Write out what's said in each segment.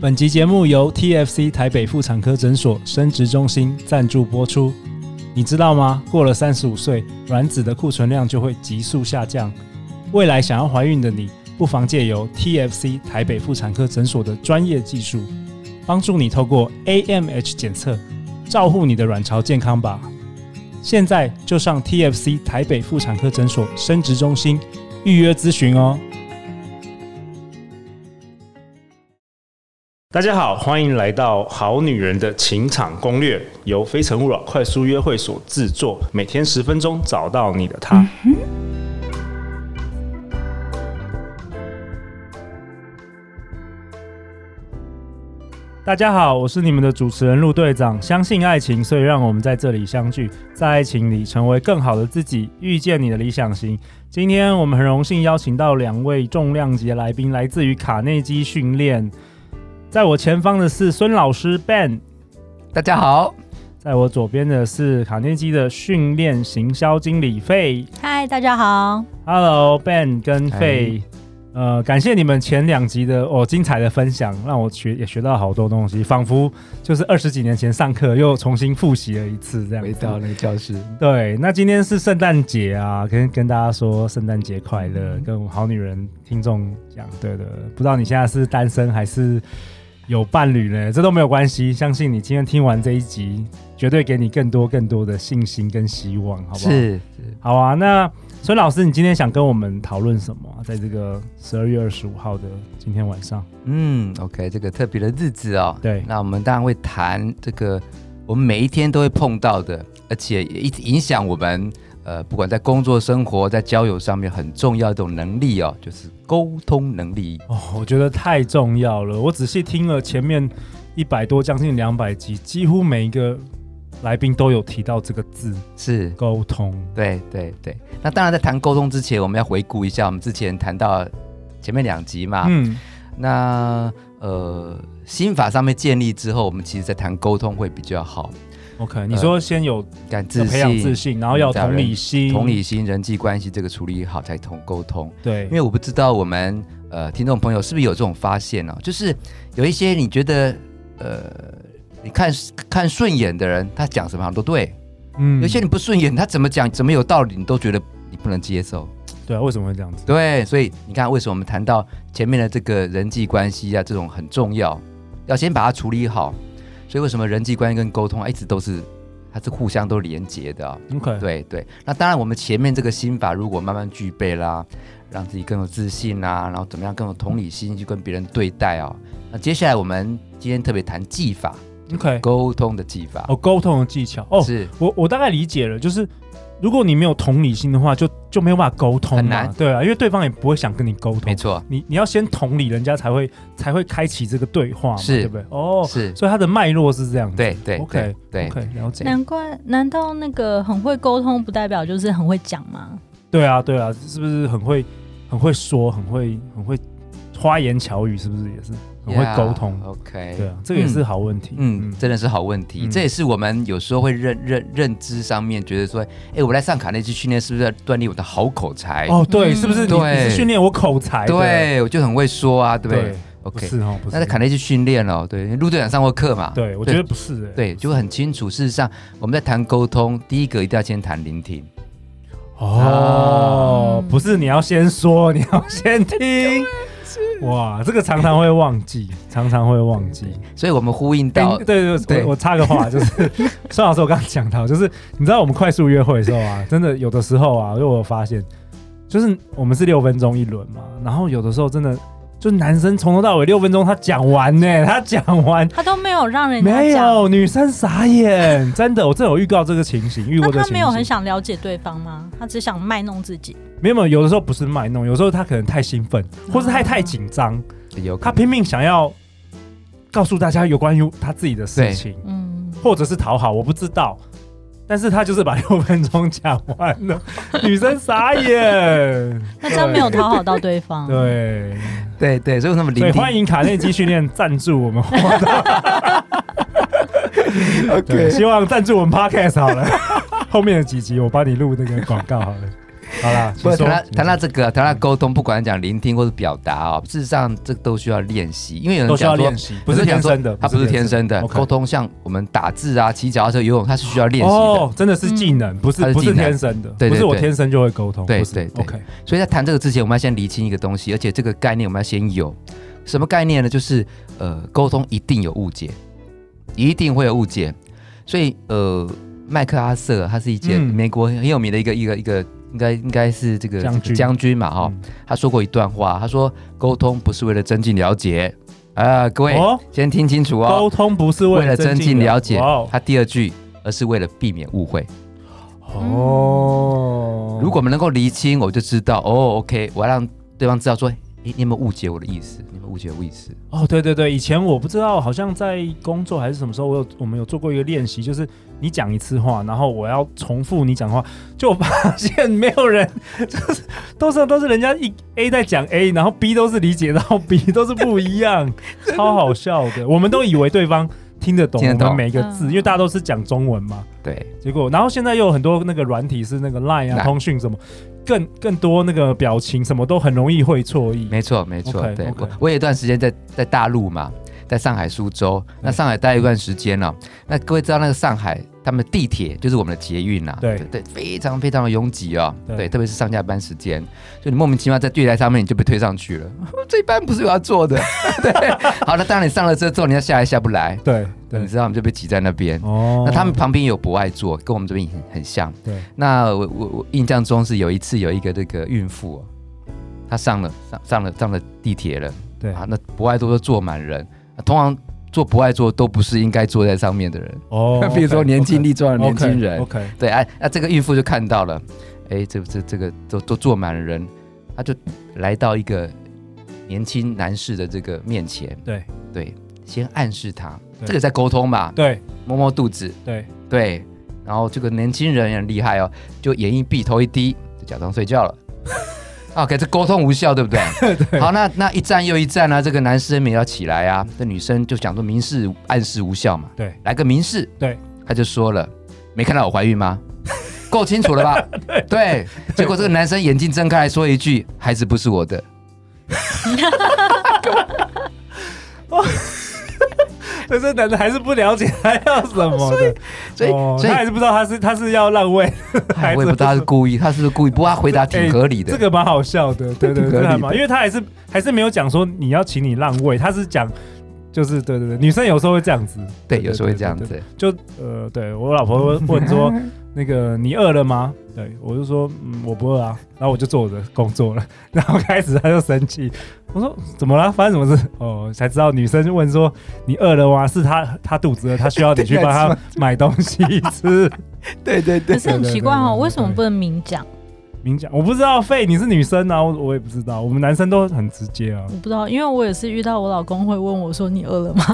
本集节目由 TFC 台北妇产科诊所生殖中心赞助播出。你知道吗？过了三十五岁，卵子的库存量就会急速下降。未来想要怀孕的你，不妨借由 TFC 台北妇产科诊所的专业技术，帮助你透过 AMH 检测，照护你的卵巢健康吧。现在就上 TFC 台北妇产科诊所生殖中心预约咨询哦。大家好，欢迎来到《好女人的情场攻略》，由非诚勿扰快速约会所制作，每天十分钟，找到你的他。大家好，我是你们的主持人陆队长。相信爱情，所以让我们在这里相聚，在爱情里成为更好的自己，遇见你的理想型。今天我们很荣幸邀请到两位重量级的来宾，来自于卡内基训练。在我前方的是孙老师 Ben，大家好，在我左边的是卡内基的训练行销经理费。嗨，大家好。 Hello Ben 跟费，呃，感谢你们前两集的哦精彩的分享，让我学也学到好多东西，仿佛就是二十几年前上课又重新复习了一次这样回子。到那个教室，对，那今天是圣诞节啊，跟跟大家说圣诞节快乐，跟我们好女人听众讲，对的，不知道你现在是单身还是有伴侣呢？这都没有关系，相信你今天听完这一集，绝对给你更多更多的信心跟希望，好不好？，是好啊。那孙老师，你今天想跟我们讨论什么啊、在这个十二月二十五号的今天晚上，嗯，OK，这个特别的日子哦，对那我们当然会谈这个我们每一天都会碰到的，而且也一直影响我们呃，不管在工作、生活、在交友上面很重要的一种能力哦，就是沟通能力。哦，我觉得太重要了。我仔细听了前面一百多，将近两百集，几乎每一个来宾都有提到这个字是——沟通。对对对。那当然，在谈沟通之前，我们要回顾一下我们之前谈到前面两集嘛，嗯，那呃，心法上面建立之后，我们其实在谈沟通会比较好， OK，你说先有敢呃自嗯要培养自信，然后要当同然理心，同理心、人际关系这个处理好才同沟通。对，因为我不知道我们呃听众朋友是不是有这种发现哦，就是有一些你觉得呃你看看顺眼的人，他讲什么好像都对；嗯有些你不顺眼，他怎么讲怎么有道理，你都觉得你不能接受。对啊，为什么会这样子？对，所以你看为什么我们谈到前面的这个人际关系啊，这种很重要，要先把它处理好。所以为什么人际关系跟沟通啊，一直都是它是互相都连接的啊、 OK，对对，那当然，我们前面这个心法如果慢慢具备啦，让自己更有自信啦，然后怎么样更有同理心去跟别人对待哦。那接下来我们今天特别谈技法， ，OK，沟通的技法，哦，沟通的技巧，哦，是我我大概理解了，就是如果你没有同理心的话，就就没有办法沟通很嘛，难对啊，因为对方也不会想跟你沟没通，错，你你要先同理人家才会才会开启这个对话嘛，是对不对？哦，是，所以它的脉络是这样子，对对，OK 对对 OK，了解，难怪，难道那个很会沟通不代表就是很会讲吗？对啊对啊，是不是很会很会说，很会很会花言巧语，是不是也是很会沟通 Yeah,，OK，对啊，这个也是好问题。嗯，真的是好问题，嗯这也是我们有时候会认认认知上面觉得说，哎，我来上卡内基训练是不是要锻炼我的好口才？哦，对，嗯是不是你对你是训练我口才的？对，我就很会说啊，对不对对，不？OK，是哦，不是。那在卡内基训练哦，对，陆队长上过课嘛？对，我觉得不是欸。对，就会很清楚。事实上，我们在谈沟通，第一个一定要先谈聆听。哦啊，不是，你要先说，你要先 听。哇，这个常常会忘记，常常会忘记。所以我们呼应哎到，对对，对我我插个话，就是 孙老师，我刚刚讲到，就是你知道我们快速约会的时候啊，真的有的时候啊，因为我有发现，就是我们是六分钟一轮嘛，然后有的时候真的，就男生从头到尾六分钟他讲完呢，他讲完他都没有让人家没讲，有，女生傻眼，真的，我真的有预告这个情形，遇过那这个他情形。没有很想了解对方吗？他只想卖弄自己。没有，没有有的时候不是卖弄，有时候他可能太兴奋，或是啊太太紧张，有他可能拼命想要告诉大家有关于他自己的事情，嗯，或者是讨好，我不知道。但是他就是把六分钟讲完了， 女生傻眼。那真没有讨好到对方。对，对对，所以为什么所聆以听欢迎卡内基训练赞助 我们， 对，希望赞助我们 podcast 好了。后面的几集我帮你录那个广告好了。好啦，不请过说谈到请谈到说这个，谈到沟通，不管讲聆听或是表达哦，事实上这都需要练习，因为有人都需要讲说练习，不是天生的，它不是天生的。 OK 沟通像我们打字啊、骑脚踏车、游泳，它是需要练习的。哦，真的是技能，不它是是不技是能天生的，对对不是我对天生就会沟通，对不是对对 OK，所以在谈这个之前，我们要先厘清一个东西，而且这个概念我们要先有。什么概念呢？就是呃，沟通一定有误解，一定会有误解。所以呃，麦克阿瑟他是一节嗯美国很有名的一个一个一个，应该应该是这个将军将军嘛哈、嗯他说过一段话，他说沟通不是为了增进了解啊、各位、哦，先听清楚哦，沟通不是为了增增进了解哇哦，他第二句，而是为了避免误会。哦，如果我们能够厘清，我就知道哦，OK，我要让对方知道说，诶，你有没有误解我的意思？你有没有误解我意思？哦，对对对，以前我不知道，好像在工作还是什么时候，我有我们有做过一个练习，就是你讲一次话，然后我要重复你讲话，就我发现没有人，就是都是都是人家一 A 在讲 A，然后 B 都是理解到 B 都是不一样，超好笑的。我们都以为对方听得懂听得懂我们每一个字，嗯因为大家都是讲中文嘛。对，结果，然后现在又有很多那个软体是那个 Line 啊、 Line 通讯什么，更更多那个表情什么都很容易会错意。没错，没错 OK，对 OK 我我有一段时间在在大陆嘛，在上海、苏州，那对上海待一段时间了、那各位知道那个上海，他们的地铁就是我们的捷运呐、啊对对，非常非常的拥挤哦，对对，特别是上下班时间，就你莫名其妙在对台上面你就被推上去了， 这一班不是我要坐的， 对，好，那当然你上了车之后你要下来下不来，对对你，知道我们就被挤在那边。哦，那他们旁边有博爱座，跟我们这边很很像。对。那我我我印象中是有一次有一个这个孕妇、哦，她上了上上了上了地铁了对啊，那博爱座都坐满人，啊通常坐博爱座都不是应该坐在上面的人， 哦比如说年轻力壮的年轻人， OK，对，哎、那这个孕妇就看到了，哎，这这这个都都坐满了人，她就来到一个年轻男士的这个面前，对对，先暗示他，对这个在沟通嘛，对摸摸肚子，对， 对，然后这个年轻人也很厉害哦，就眼一闭，头一低，就假装睡觉 了。OK，这沟通无效，对不 对？好，那那一站又一站啊，这个男生也要起来啊，这女生就讲说明示暗示无效嘛，对，来个明示，对，他就说了，没看到我怀孕 吗？够清楚了吧？对结果这个男生眼睛睁开来说一句：“孩子不是我的。但是男的还是不了解他要什么的，所以哦所以他还是不知道他是他是要让位，”哎我也不知道他是哎故意，他是不是故意？不过他回答挺合理的。这个蛮好笑的，对对挺合理对，的这还蛮，因为他还是还是没有讲说你要请你让位，他是讲。就是对对对，女生有时候会这样子，对，有时候会这样对对子。对就呃，对我老婆会问说，那个你饿了吗？对我就说，嗯，我不饿啊。然后我就做我的工作了。 然后开始他就生气，我说怎么了？发生什么事？哦，才知道女生问说你饿了吗？是她她肚子饿，她需要你去帮她买东西吃。对对对可是很奇怪哦，为什么不能明讲？明讲，我不知道，费你是女生啊，我我也不知道，我们男生都很直接啊我，不知道，因为我也是遇到我老公会问我说：“你饿了吗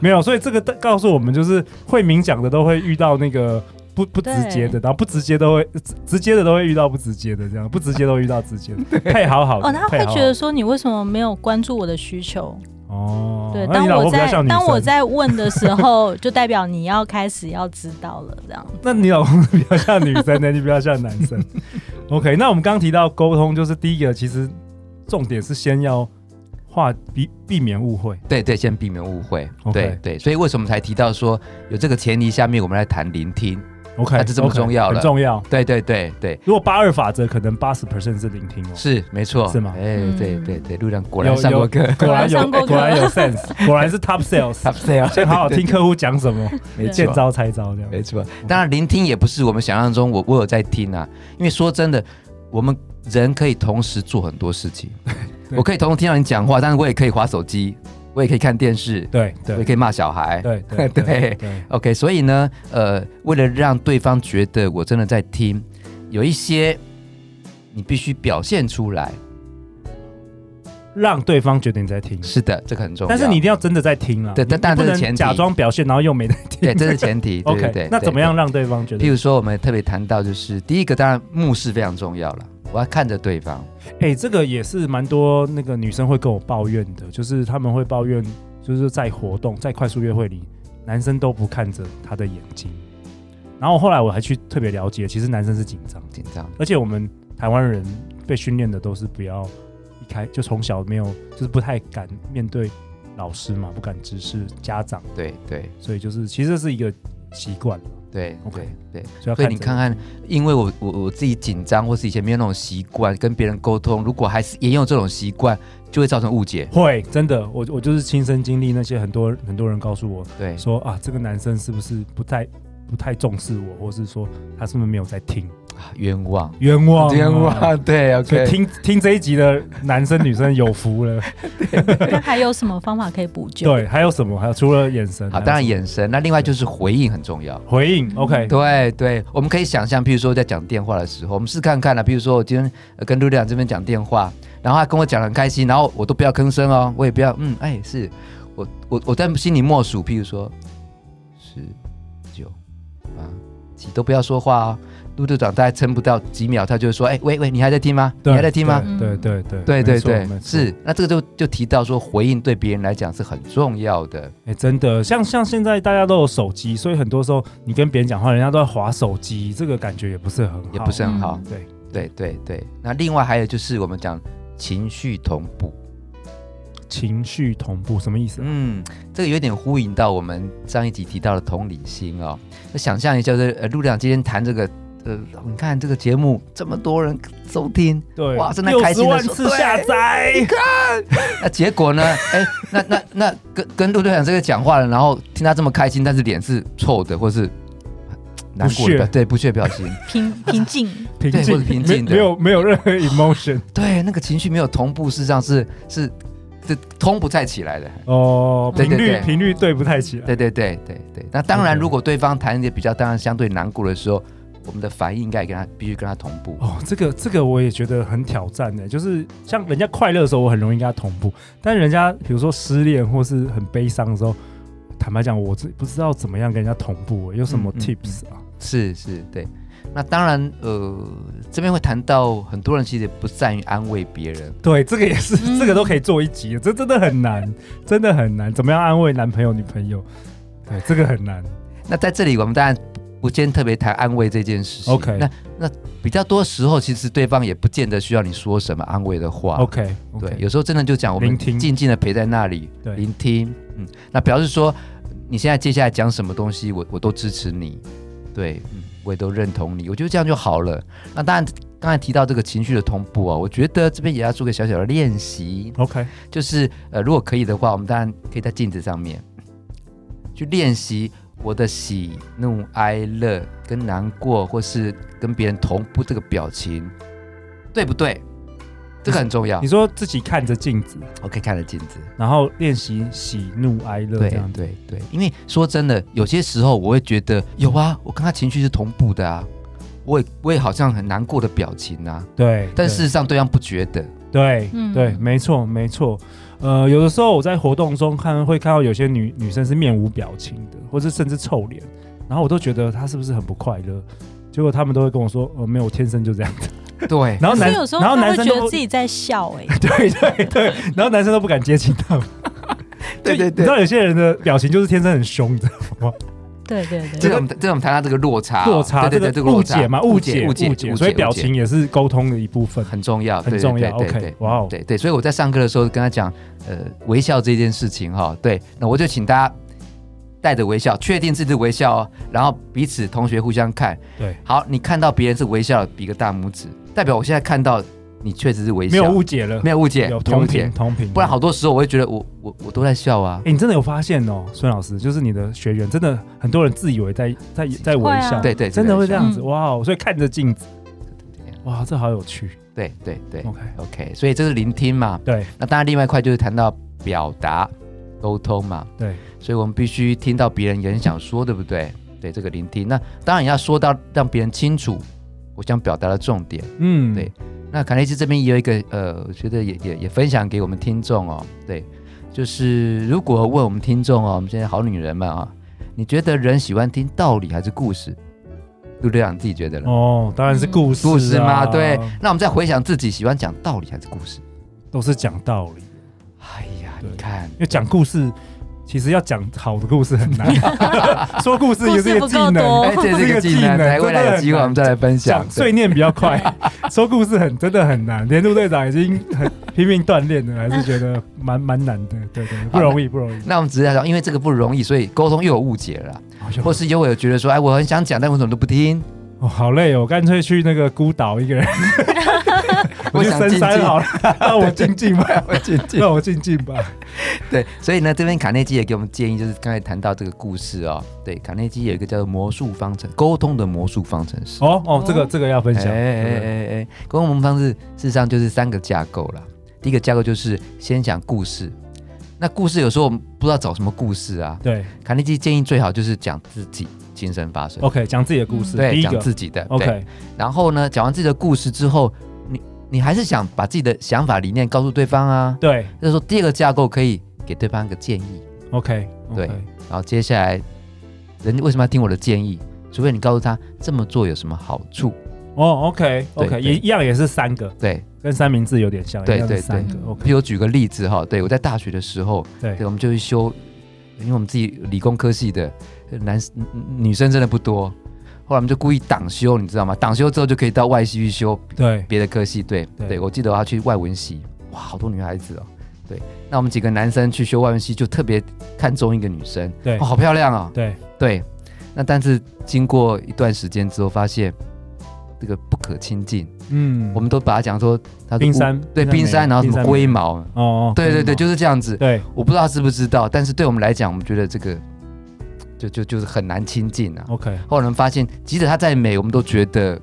没有，所以这个告诉我们就是会明讲的都会遇到那个。不不直接的，然后不直接都会直直接的都会遇到不直接的，这样不直接都会遇到直接 的，配好？”好的哦，他会配好好觉得说你为什么没有关注我的需求？哦，对，那当你老我婆比较在像女当我生，在问的时候， 就代表你要开始要知道了，这样。那你老公比较像女生呢，你比 较像男生。OK，那我们刚刚提到沟通，就是第一个，其实重点是先要化避避免误会。对对，先避免误会。 OK 对对，所以为什么才提到说有这个前提下面，我们来谈聆听。 OK，啊那这这么 OK，重要了很重要。对对对对，如果八二法则，可能八十 percent 是聆听 哦。是没错，是吗哎，嗯对对对，陆亮果然上有 过课。果然有，上过课果然有 sense，果然是 top sales。先 好好听客户讲什么，没对见错，招拆招这样。没错。当然，聆听也不是我们想象中，我我有在听啊。因为说真的，我们人可以同时做很多事情。 对我可以同时听到你讲话，但是我也可以划手机，我也可以看电视，对我也对可以骂小孩。对对对对 OK，所以呢，呃，为了让对方觉得我真的在听，有一些你必须表现出来。让对方觉得你在听，是的，这个很重要。但是你一定要真的在听了。对但你但你不这是能前提假装表现，然后又没在听。对，这是 前提。对 OK，对对。那怎么对？样让对方觉对譬得？如说，我们特别谈到就是第一个，当然目视非常重要了，我要看着对方。哎、这个也是蛮多那个女生会跟我抱怨的，就是她们会抱怨，就是在活动、在快速约会里，男生都不看着她的眼睛。然后后来我还去特别了解，其实男生是紧张，紧张，而且我们台湾人被训练的都是不要一开就从小没有，就是不太敢面对老师嘛，不敢直视家长，对对所以就是其实这是一个习惯，对 OK 对对。所以要所以看你着看看，因为我我我自己紧张，或是以前没有那种习惯跟别人沟通，如果还是沿用这种习惯，就会造成误解。会真的，我我就是亲身经历那些很多很多人告诉我对说啊，这个男生是不是不太不太重视我，或是说他是不是没有在听，啊冤枉，冤枉、啊、 冤枉，对所以，OK，听听这一集的男生女生有福 了。那还有什么方法可以补救？，对，还有什么？还有除了眼神，好，还有当然什么眼神，那另外就是回应很重要。回应。OK，对对，我们可以想象，譬如说在讲电话的时候，我们试看看啦、比如说我今天呃跟陆亮这边讲电话，然后他跟我讲得很开心，然后我都不要吭声哦，我也不要嗯，哎，是我我我在心里默数，譬如说十九八七，都不要说话哦。陆队长大概撑不到几秒，他就会说：“哎，喂喂，你还在听吗？你对还在听吗？”对对对对对对，是是。那这个就就提到说，回应对别人来讲是很重要的。哎，真的，像像现在大家都有手机，所以很多时候你跟别人讲话，人家都在划手机，这个感觉也不是很好，也不是很好嗯对对对对。那另外还有就是我们讲情绪同步，情绪同步什么意思啊？嗯，这个有点呼应到我们上一集提到的同理心哦。那想象一下，就是呃，陆亮今天谈这个。呃，你看这个节目这么多人收听，对，哇真的六开十心地万说次下载，那结果呢？ 哎，那那那跟跟陆队长这个讲话了，然后听他这么开心，但是脸是臭的，或是呃难过屑的表，对不屑表情， 平平静，平对或静是平静没的没有没有任何 emotion 对，那个情绪没有同步，事实上是是是通不太起来的。哦，对频对率对频率对不太起来，对对对对对。那当然， OK 如果对方谈一些比较当然相对难过的时候，我们的反应应该也跟他必须跟他同步。哦，这个这个我也觉得很挑战呢。就是像人家快乐的时候，我很容易跟他同步，但人家比如说失恋或是很悲伤的时候，坦白讲，我这不知道怎么样跟人家同步，欸有什么嗯嗯 tips 啊？是是，对。那当然，呃，这边会谈到很多人其实也不善于安慰别人，对，这个也是，嗯这个都可以做一集，这真的很难，真的很难。怎么样安慰男朋友、女朋友？对，这个很难。那在这里，我们当然不见特别谈安慰这件事情。 OK 那那比较多时候，其实对方也不见得需要你说什么安慰的话。 OK，对，有时候真的就讲我聆们听静静的陪在那里，对聆听。嗯，那表示说你现在接下来讲什么东西，我我都支持你，对，嗯，我也都认同你，我觉得这样就好了。那当然。刚才提到这个情绪的同步啊，我觉得这边也要做个小小的练习， OK，就是呃，如果可以的话，我们当然可以在镜子上面去练习我的喜怒哀乐跟难过，或是跟别人同步这个表情，对不对？这个很重要你。说自己看着镜子，我哦可以看着镜子，然后练习喜怒哀乐对这样子。对对，因为说真的，有些时候我会觉得有啊，嗯我跟他情绪是同步的啊，我也我也好像很难过的表情啊，对，但对事实上对方不觉得，对、嗯对，没错没错。呃，有的时候我在活动中看会看到有些女女生是面无表情的，或者甚至臭脸，然后我都觉得她是不是很不快乐？结果他们都会跟我说，呃，没有，我天生就这样子。对，然后所男以有时，候然后他男会生觉得都自己在笑，哎， 对对对，然后男生都不敢接近他们。就你对对知对。道有些人的表情就是天生很凶的，对对这对，个我们这个我们谈到这个落差啊， 落差，对对对，这这个个误落差解嘛，误解误解误误解，解，所以表误解情也是沟通的一部分，很重要，很对重要。对对 OK，哇哦对，对对，所以我在上课的时候跟他讲，呃，微笑这件事情哈、对，那我就请大家带着微笑，确定自己的微笑哦，然后彼此同学互相看，对，好，你看到别人是微笑，比个大拇指，代表我现在看到你确实是微没笑，有误解了，没有误解，有没有同误解频，同频，不然好多时候我会觉得我我我都在笑啊哎、，你真的有发现哦，孙老师，就是你的学员，真的很多人自以为在在在微会啊笑，对对，真的会这样子，嗯哇哦！所以看着镜子，这样哇，这好有趣。对对对 OK， ，OK，所以这是聆听嘛，对那当然另外一块就是谈到表达沟通嘛，对，所以我们必须听到别人也很想说，对不对？对这个聆听，那当然也要说到让别人清楚我想表达的重点。嗯，对那卡内基这边也有一个呃，我觉得也也也分享给我们听众哦，对，就是如果问我们听众哦，我们现在好女人们啊、你觉得人喜欢听道理还是故事？陆队长自己觉得呢？哦，当然嗯是故事、啊，故事嘛，对。那我们再回想自己喜欢讲道理还是故事？都是讲道理，哎呀，对你看因，为讲故事。其实要讲好的故事很 难，说故事也是一个技故事不够哎能多，这是一个技能，来未来有机会我们再来分享讲。碎念比较快，说故事很真的很难。连陆队长已经很拼命锻炼了，还是觉得蛮蛮难的，对对，不容易不容易。那我们只是在讲，因为这个不容易，所以沟通又有误解了啦，或是又有觉得说，哎，我很想讲，但我怎么都不听？哦，好累哦，我干脆去那个孤岛一 个人，我我去想深静山静，好了，让我静静吧， 我静静。让我静静吧。对，所以呢，这边卡内基也给我们建议，就是刚才谈到这个故事哦，对，卡内基有一个叫做魔术方程，沟通的魔术方程式。哦哦，这个这个要分享，哎哎对哎哎，沟通方式事实上就是三个架构啦。第一个架构就是先讲故事，那故事有时候我们不知道找什么故事啊。对卡内基建议最好就是讲自己亲身发生， ，OK，讲自己的故事，哦第嗯对，一讲个自己的。对。 ，OK，然后呢，讲完自己的故事之后，你你还是想把自己的想法理念告诉对方啊。对这时候第二个架构可以给对方一个建议， ，OK，对然后接下来人为什么要听我的建议？除非你告诉他这么做有什么好处。哦，OK OK，对也一样也是三个，对，跟三明治有点像，对一样是对三个对，OK，譬如我举个例子哈，对我在大学的时候，对对，我们就去修，因为我们自己理工科系的男女女生真的不多，后来我们就故意党修，你知道吗？党修之后就可以到外系去修对别的科系，对对我记得我要去外文系，哇，好多女孩子哦。对，那我们几个男生去修外文系，就特别看中一个女生，对哦，好漂亮哦。对，对，那但是经过一段时间之后，发现这个不可亲近，嗯，我们都把它讲说它是冰乌山对冰山，然后什么美龟毛，哦哦，对对龟对，毛就是这样子。对我不知道他知不知道，但是对我们来讲，我们觉得这个就就就是很难亲近啊。 ，OK，后来我们发现，即使她再美，我们都觉得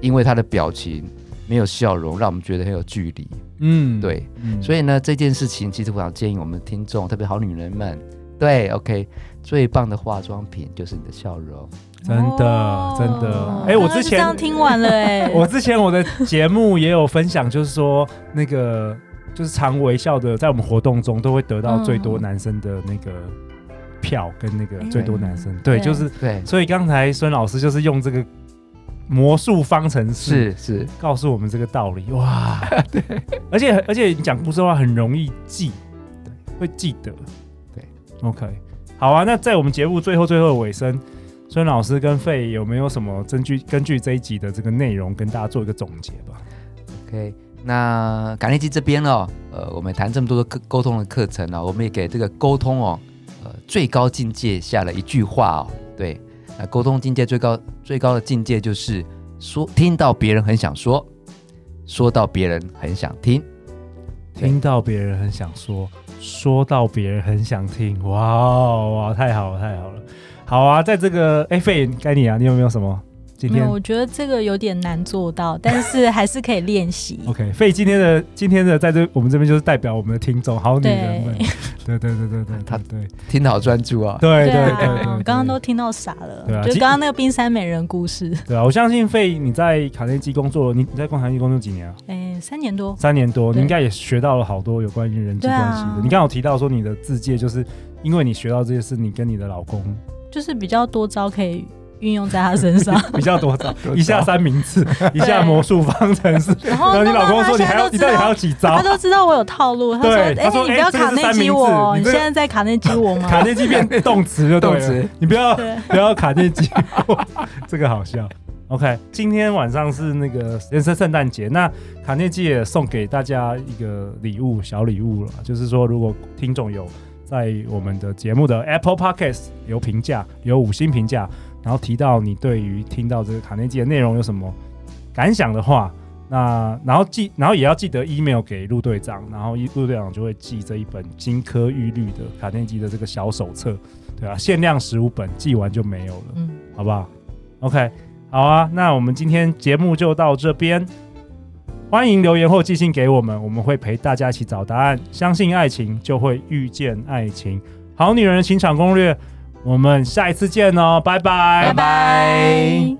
因为她的表情没有笑容，让我们觉得很有距离。嗯，对，嗯，所以呢，这件事情其实我想建议我们听众，特别好女人们，对，OK，最棒的化妆品就是你的笑容。真的真的哦，哎，我刚刚之就这前样听完了，，哎我之前我的节目也有分享，就是说那个就是常微笑的，在我们活动中都会得到最多男生的那个票跟那个嗯最多男生，对，对就是对，所以刚才孙老师就是用这个魔术方程式是是，告诉我们这个道理， 哇，对，而且而且你讲故事的话很容易记，会记得，对，OK，好啊，那在我们节目最后最后的尾声。孙老师跟费有没有什么根据根据这一集的这个内容跟大家做一个总结吧？ OK，那感内基这边哦，呃，我们谈这么多的沟沟通的课程呢、我们也给这个沟通哦，呃，最高境界下了一句话哦，对，那沟通境界最高最高的境界就是说，听到别人很想说，说到别人很想听，对听到别人很想说，说到别人很想听，哇哦哇，太好了太好了，好啊，在这个哎费该你啊，你有没有什么今没天有，我觉得这个有点难做到，但是还是可以练习。 OK，费今天的今天的在这我们这边就是代表我们的听众好女人对们，， 对对对对对对他对听得好专注啊、 对对啊，对，我对刚刚都听到傻了对啊，就其刚刚那个冰山美人故事，对啊，我相信费你在卡内基工作，你你在卡内基工作几年啊？哎，三年多，三年多，你对应该也学到了好多有关于人际关系的。对啊你刚好提到说你的自介就是因为你学到这些事，你跟你的老公 就是比较多招可以运用在他身 上。比较 多招，招一下三明 治，一下对魔术方程 式，然然后后你老公弄到他说你现还在要都你知到底还道要，几招 他？都知道我有套路。他说对：“哎他说，你不要哎这个卡是内三明基治我哦，你你这现个在在卡内基我吗卡内基变动词就对动了词，你不要？”对，不要卡内基，这个好笑。OK，今天晚上是那个人生圣诞节，那卡内基也送给大家一个礼物，小礼物了，就是说如果听众有在我们的节目的 Apple Podcast 留评价，留五星评价，然后提到你对于听到这个卡内基的内容有什么感想的话，那然后记，然后也要记得 email 给陆队长，然后陆队长就会寄这一本金科玉律的卡内基的这个小手册，对啊，限量十五本，寄完就没有了，嗯，好不好？OK，好啊，那我们今天节目就到这边，欢迎留言或寄信给我们，我们会陪大家一起找答案。相信爱情，就会遇见爱情。好女人的情场攻略，我们下一次见哦，拜拜拜拜